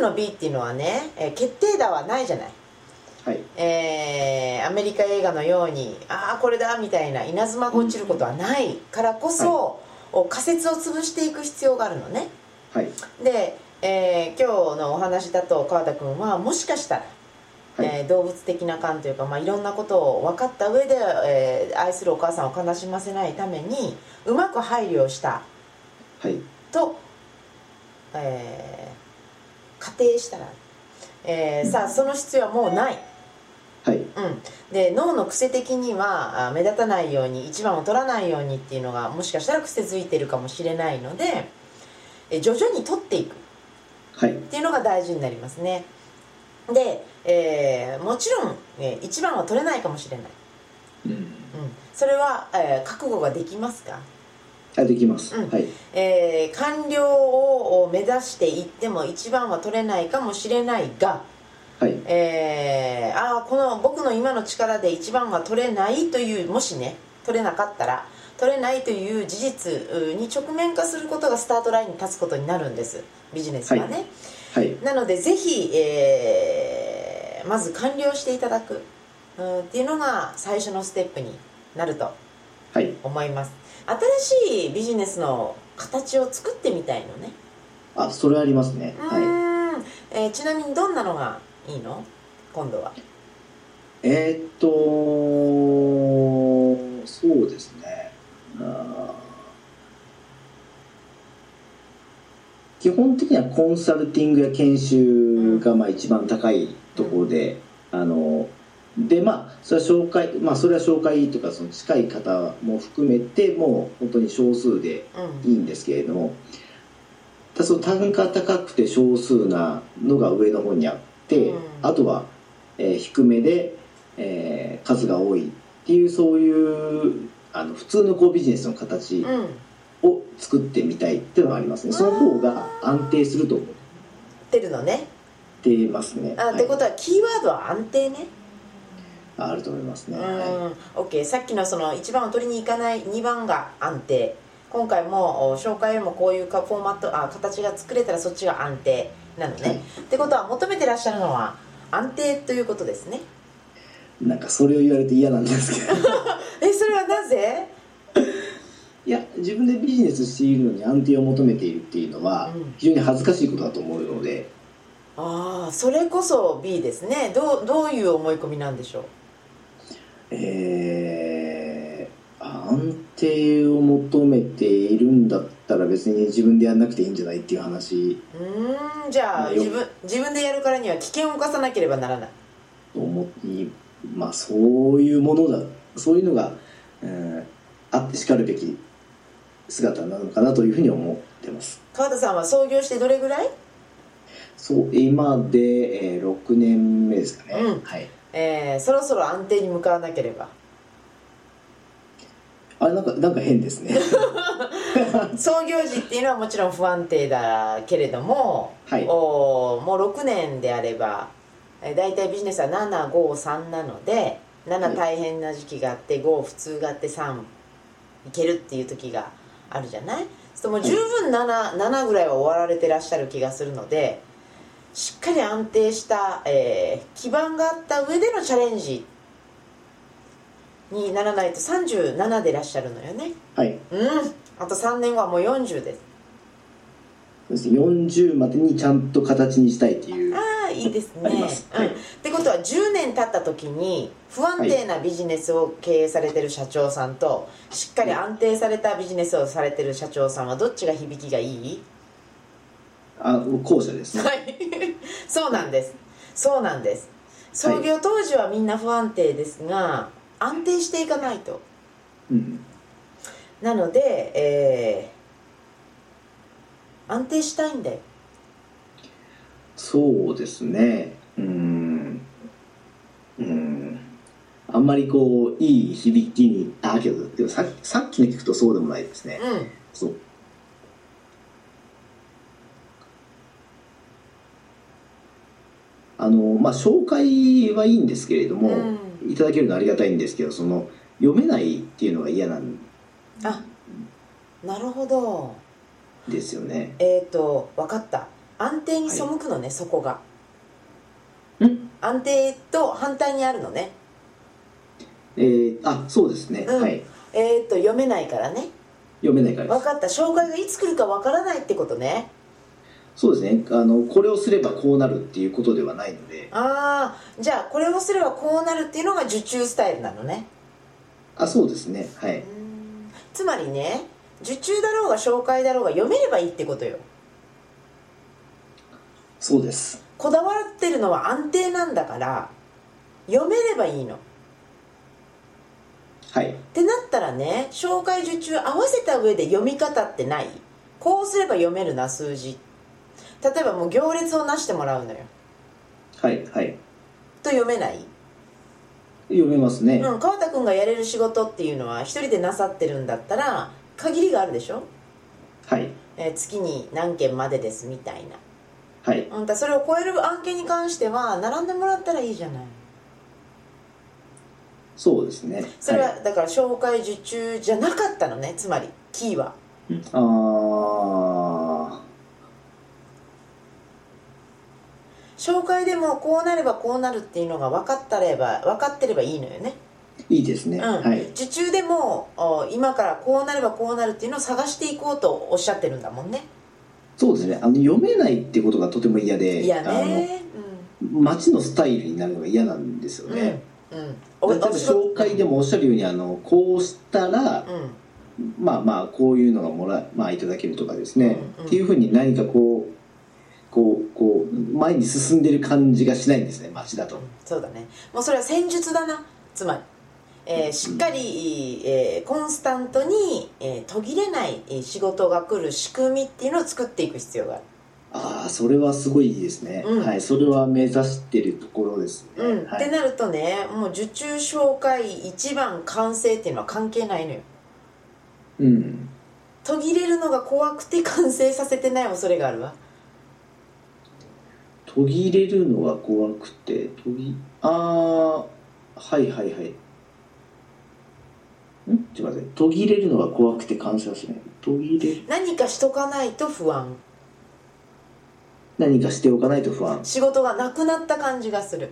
の B っていうのはね、えー決定打はないじゃない、はいえーアメリカ映画のようにああこれだみたいな稲妻が落ちることはないからこそ、お仮説を潰していく必要があるのねはいで、えー今日のお話だと川田君はもしかしたら、はいえー動物的な感というか、まあ、いろんなことを分かった上で、えー愛するお母さんを悲しませないためにうまく配慮をしたはいと、えー仮定したら、えーさあその必要はもうない、はいうん、で脳の癖的にはあ目立たないように一番を取らないようにっていうのがもしかしたら癖づいてるかもしれないので、え徐々に取っていくはっいていうのが大事になりますねで、えーもちろん、えー一番は取れないかもしれない、うんうん、それは、えー覚悟ができますか、あできます、うんはいえー完了を目指していっても一番は取れないかもしれないが、はいえーああこの僕の今の力で一番は取れないというもしね取れなかったら取れないという事実に直面化することがスタートラインに立つことになるんですビジネスはね、ははいなのでぜひ、えーまず完了していただく、うん、っていうのが最初のステップになるとはい思います新しいビジネスの形を作ってみたいのねあそれありますねうはいーん、えーちなみにどんなのがいいの今度はえーっと、そうですね。あー基本的にはコンサルティングや研修がまあ一番高いところで、あの、で、まあ、それは紹介、まあ、それは紹介とか、その近い方も含めて、もう本当に少数でうんいいんですけれども、ただその単価高くて少数なのが上の方にあって、うんあとは、えー低めで、えー数が多いっていうそういうあの普通のこうビジネスの形うんを作ってみたいっていうのはありますね。その方が安定すると思っ出るのねてますね。あ、はいってことはキーワードは安定ねああると思いますうね。ん、は OK さっきのその1番を取りに行かない2番が安定今回もお紹介よりもこういうかフォーマットあ形が作れたらそっちが安定なのね、はいってことは求めてらっしゃるのは安定ということですねい、なんかそれを言われて嫌なんです けど。えそれはなぜ、いや自分でビジネスしているのに安定を求めているっていうのはうん非常に恥ずかしいことだと思うので、ああそれこそ B ですねどうどういう思い込みなんでしょうえー安定を求めているんだったら別に自分でやんなくていいんじゃないっていう話うーんじゃあまあよ自分自分でやるからには危険を犯さなければならないと思いまあそういうものだそういうのが、うんあってしかるべき姿なのかなというふうに思ってます。川田さんは創業してどれぐらい、そう今で、えー6年目ですかね、うんはい、えーそろそろ安定に向かわなければあれなんかなんか変ですね 創業時っていうのはもちろん不安定だけれども、はいおーもう6年であればえー大体ビジネスは753なのでは7い大変な時期があって5普通があって3いけるっていう時があるじゃないそうするともう十分 7, 7ぐらいは終わられてらっしゃる気がするのでしっかり安定した、えー基盤があった上でのチャレンジにならないと37でいらっしゃるのよね。はいうんあと3年後はもう40ですそして40までにちゃんと形にしたいっていうああいいですねありますうん、はいってことは10年経った時に不安定なビジネスを経営されてる社長さんとしっかり安定されたビジネスをされてる社長さんはどっちが響きがいいあ後者ですねはいそうなんですそうなんです創業当時はみんな不安定ですが安定していかないとうんなのでえー安定したいんだよそうですね。うーん。うーん。あんまりこう、いい響きに、あ、けど、でもささっきの聞くとそうでもないですね。うんそう。あの、まあ、紹介はいいんですけれども、ういただけるのありがたいんですけど、その、読めないっていうのが嫌なんあなるほどですよね。えー、と分かった安定に背くのね、そこがうん安定と反対にあるのねえー、あそうですね、うんはいえーっと読めないからね読めないから分ですかった障害がいつ来るか分からないってことねそうですねあのこれをすればこうなるっていうことではないのでああじゃあこれをすればこうなるっていうのが受注スタイルなのねあそうですねはういんつまりね受注だろうが紹介だろうが読めればいいってことよそうですこだわってるのは安定なんだから読めればいいのっはいてなったらね紹介受注合わせた上で読み方ってないこうすれば読めるな数字例えばもう行列をなしてもらうのよはいはいと読めない読めますね、うん、川田君がやれる仕事っていうのは一人でなさってるんだったら限りがあるでしょ、はいえー月に何件までですみたいな、はいうん、だからそれを超える案件に関しては並んでもらったらいいじゃないそうですねそれはいはだから紹介受注じゃなかったのねつまりキーはああ紹介でもこうなればこうなるっていうのが分かったれば分かってればいいのよね、いいですね、うんはい受注でもお今からこうなればこうなるっていうのを探していこうとおっしゃってるんだもんねそうですねあの読めないってことがとても嫌でいやあのね街のスタイルになるのが嫌なんですようん、ね、うんうん多お分お仕事紹介でもおっしゃるようにあのこうしたら、うんまあまあこういうのがもら、まあ、いただけるとかですね、うんうんっていうふうに何かこうこうこう前に進んでる感じがしないんですね街だとそうだねもうそれは戦術だなつまり、えーしっかり、えーコンスタントに、えー途切れないえー仕事が来る仕組みっていうのを作っていく必要があるああそれはすごいいいですね、うんはいそれは目指してるところですね、うん、はってい、なるとねもう受注紹介一番完成っていうのは関係ないのようん途切れるのが怖くて完成させてない恐れがあるわ途切れるのが怖くて途切ああはいはいはいんちょっと待って途切れるのが怖くて感謝しない途切れる何かしとかないと不安何かしておかないと不安仕事がなくなった感じがする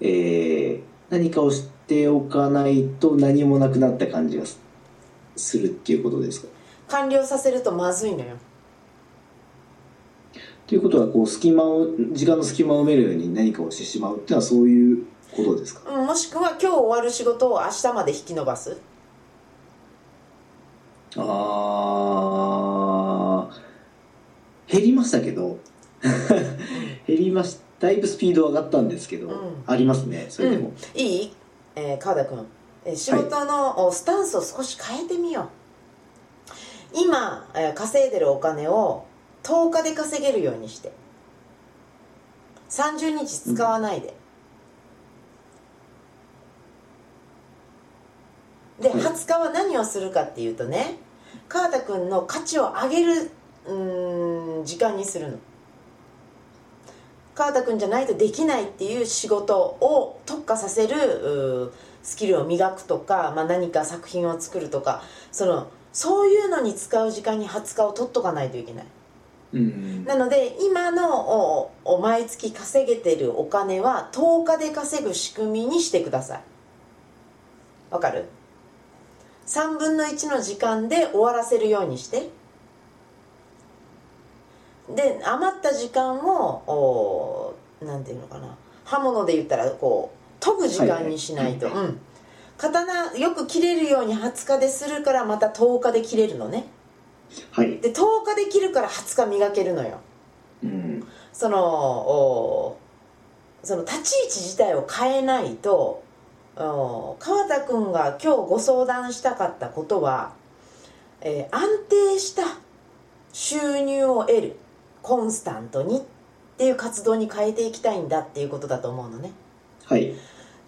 えー、何かをしておかないと何もなくなった感じがすするっていうことですか完了させるとまずいのよということはこう隙間を時間の隙間を埋めるように何かをしてしまうっていうのはそういうことですかうんもしくは今日終わる仕事を明日まで引き延ばすあー減りましたけど 減りましだいぶスピード上がったんですけど、うんありますねそれでも、いい、えー、川田君、えー仕事のおスタンスを少し変えてみよう今、えー稼いでるお金を10日で稼げるようにして30日使わないで、ではい20日は何をするかっていうとね川田君の価値を上げるうーん時間にするの川田君じゃないとできないっていう仕事を特化させるうースキルを磨くとか、まあ、何か作品を作るとかそのそういうのに使う時間に20日を取っとかないといけないうんなので今のおお毎月稼げてるお金は10日で稼ぐ仕組みにしてくださいわかる ?3 分の1の時間で終わらせるようにしてで余った時間をおなんていうのかな刃物で言ったらこう研ぐ時間にしないと、はいはうん刀よく切れるように20日でするからまた10日で切れるのねはい、で10日で切るから20日磨けるのようん、そのおその立ち位置自体を変えないとお川田君が今日ご相談したかったことは、えー安定した収入を得るコンスタントにっていう活動に変えていきたいんだっていうことだと思うのね。はいっ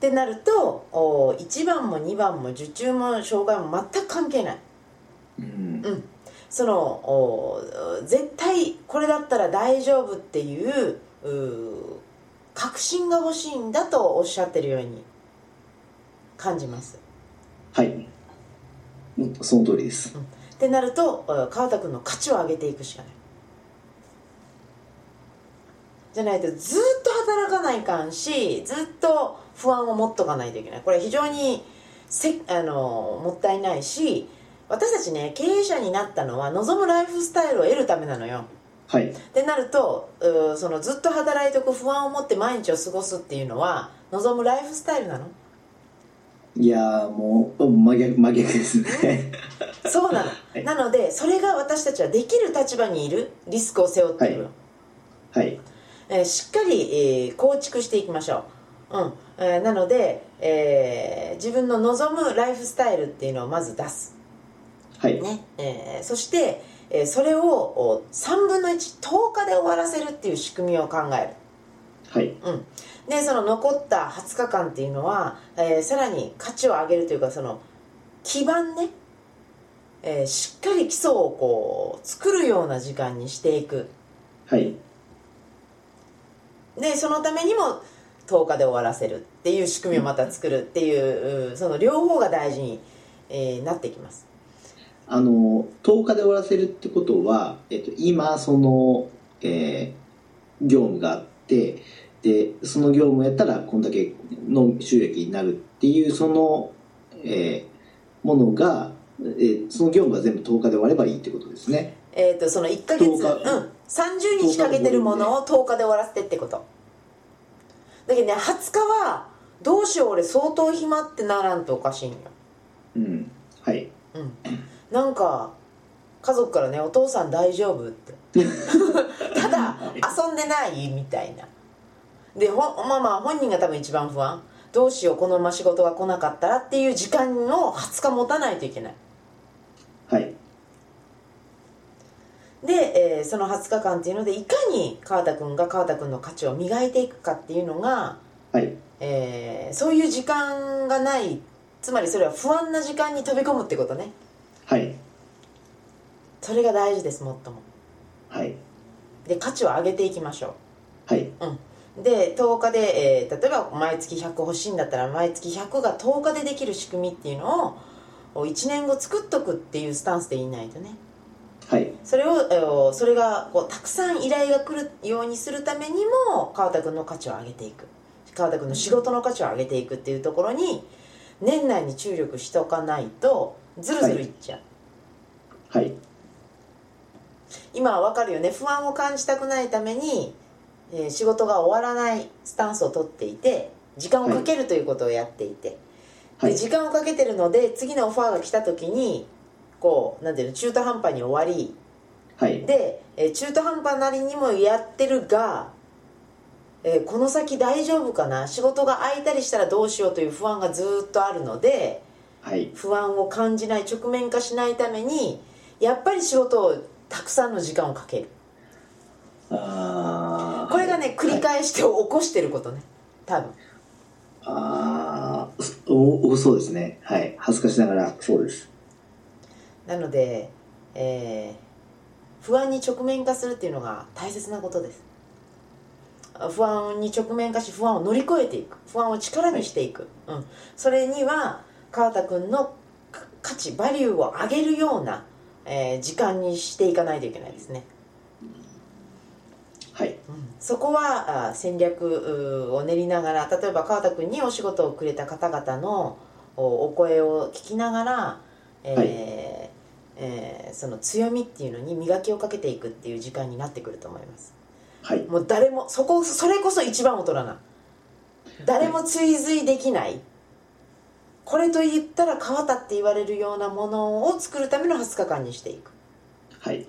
てなるとお1番も2番も受注も障害も全く関係ない。うんそのお絶対これだったら大丈夫っていううー確信が欲しいんだとおっしゃってるように感じますはいその通りですっってなるとうん川田君の価値を上げていくしかないじゃないとずっと働かないかんしずっと不安を持っとかないといけないこれ非常にせあのもったいないし私たちね経営者になったのは望むライフスタイルを得るためなのよはいってなるとうーそのずっと働いておく不安を持って毎日を過ごすっていうのは望むライフスタイルな のいやーもう真逆真逆ですねそうなの、いなのでそれが私たちはできる立場にいるリスクを背負っている、は はいえーしっかり、えー構築していきましょう、うんえーなので、えー自分の望むライフスタイルっていうのをまず出す、はいねえーそして、えーそれをお3分の110日で終わらせるっていう仕組みを考えるはいでその残った20日間っていうのは、えーさらに価値を上げるというかその基盤ね、えーしっかり基礎をこう作るような時間にしていくはいでそのためにも10日で終わらせるっていう仕組みをまた作るっていううんその両方が大事に、えーなってきますあの10日で終わらせるってことは、えっと、今その、えー業務があってでその業務をやったらこんだけの収益になるっていうその、えーものが、えーその業務が全部10日で終わればいいってことですねえっ、とその1ヶ月10日うん、30日かけてるものを10日で終わらせてってことだけどね20日はどうしよう俺相当暇ってならんとおかしいんようんはいうん、なんか家族からね「お父さん大丈夫?」ってただ遊んでないみたいなでほまあまあ本人が多分一番不安どうしようこのまま仕事が来なかったらっていう時間を20日持たないといけないはいで、えーその20日間っていうのでいかに川田君が川田君の価値を磨いていくかっていうのが、はいえーそういう時間がないつまりそれは不安な時間に飛び込むってことねはいそれが大事です最もはいで価値を上げていきましょうはいで10日で、えー例えば毎月100欲しいんだったら毎月100が10日でできる仕組みっていうのを1年後作っとくっていうスタンスでいないとねはいそれを、えーそれがこうたくさん依頼が来るようにするためにも川田君の価値を上げていく川田君の仕事の価値を上げていくっていうところに年内に注力しておかないとずるずるいっちゃう、はい今はわかるよね不安を感じたくないために、えー仕事が終わらないスタンスを取っていて時間をかけるということをやっていて、はでい時間をかけてるので次のオファーが来た時にこうなんていうの中途半端に終わりはいで、えー中途半端なりにもやってるが、えーこの先大丈夫かな仕事が空いたりしたらどうしようという不安がずーっとあるのではい不安を感じない直面化しないためにやっぱり仕事をたくさんの時間をかける。あーこれがね繰り返して起こしてることね多分ああおおそうですねはい恥ずかしながらそうですなので、えー不安に直面化するっていうのが大切なことですあ不安に直面化し不安を乗り越えていく不安を力にしていく、うん、それには川田君のか価値バリューを上げるような、えー時間にしていかないといけないですねはいそこはあ戦略うーを練りながら例えば川田君にお仕事をくれた方々のおお声を聞きながら、えーはいえーその強みっていうのに磨きをかけていくっていう時間になってくると思いますはいもう誰もそこそれこそ一番大人な誰も追随できない、これと言ったら川田って言われるようなものを作るための20日間にしていくはい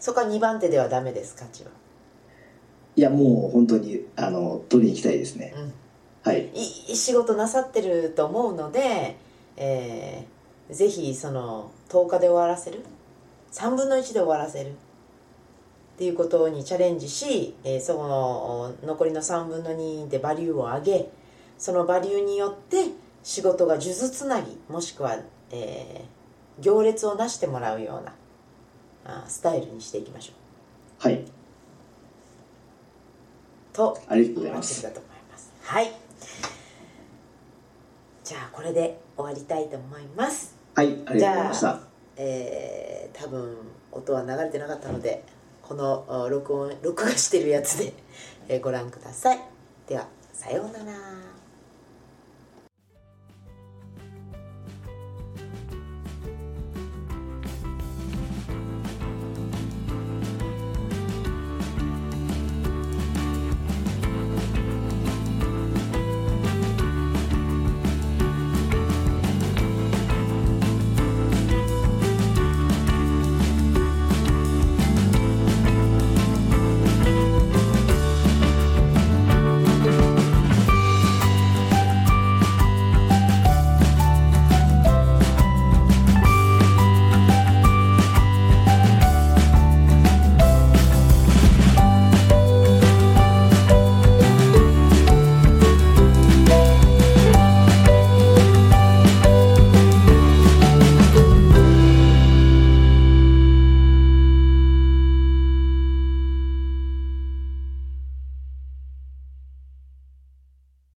そこは2番手ではダメです価値は、いやもう本当にあの取りに行きたいですねうんはいいい仕事なさってると思うので、えーぜひその10日で終わらせる3分の1で終わらせるっていうことにチャレンジし、えーその残りの3分の2でバリューを上げそのバリューによって仕事が数珠つなぎもしくは、えー行列をなしてもらうようなあースタイルにしていきましょうはいとありがとうございますだと思いますはいじゃあこれで終わりたいと思いますはいありがとうございましたえー多分音は流れてなかったのでこのあ録音録画してるやつで、えーご覧くださいではさようなら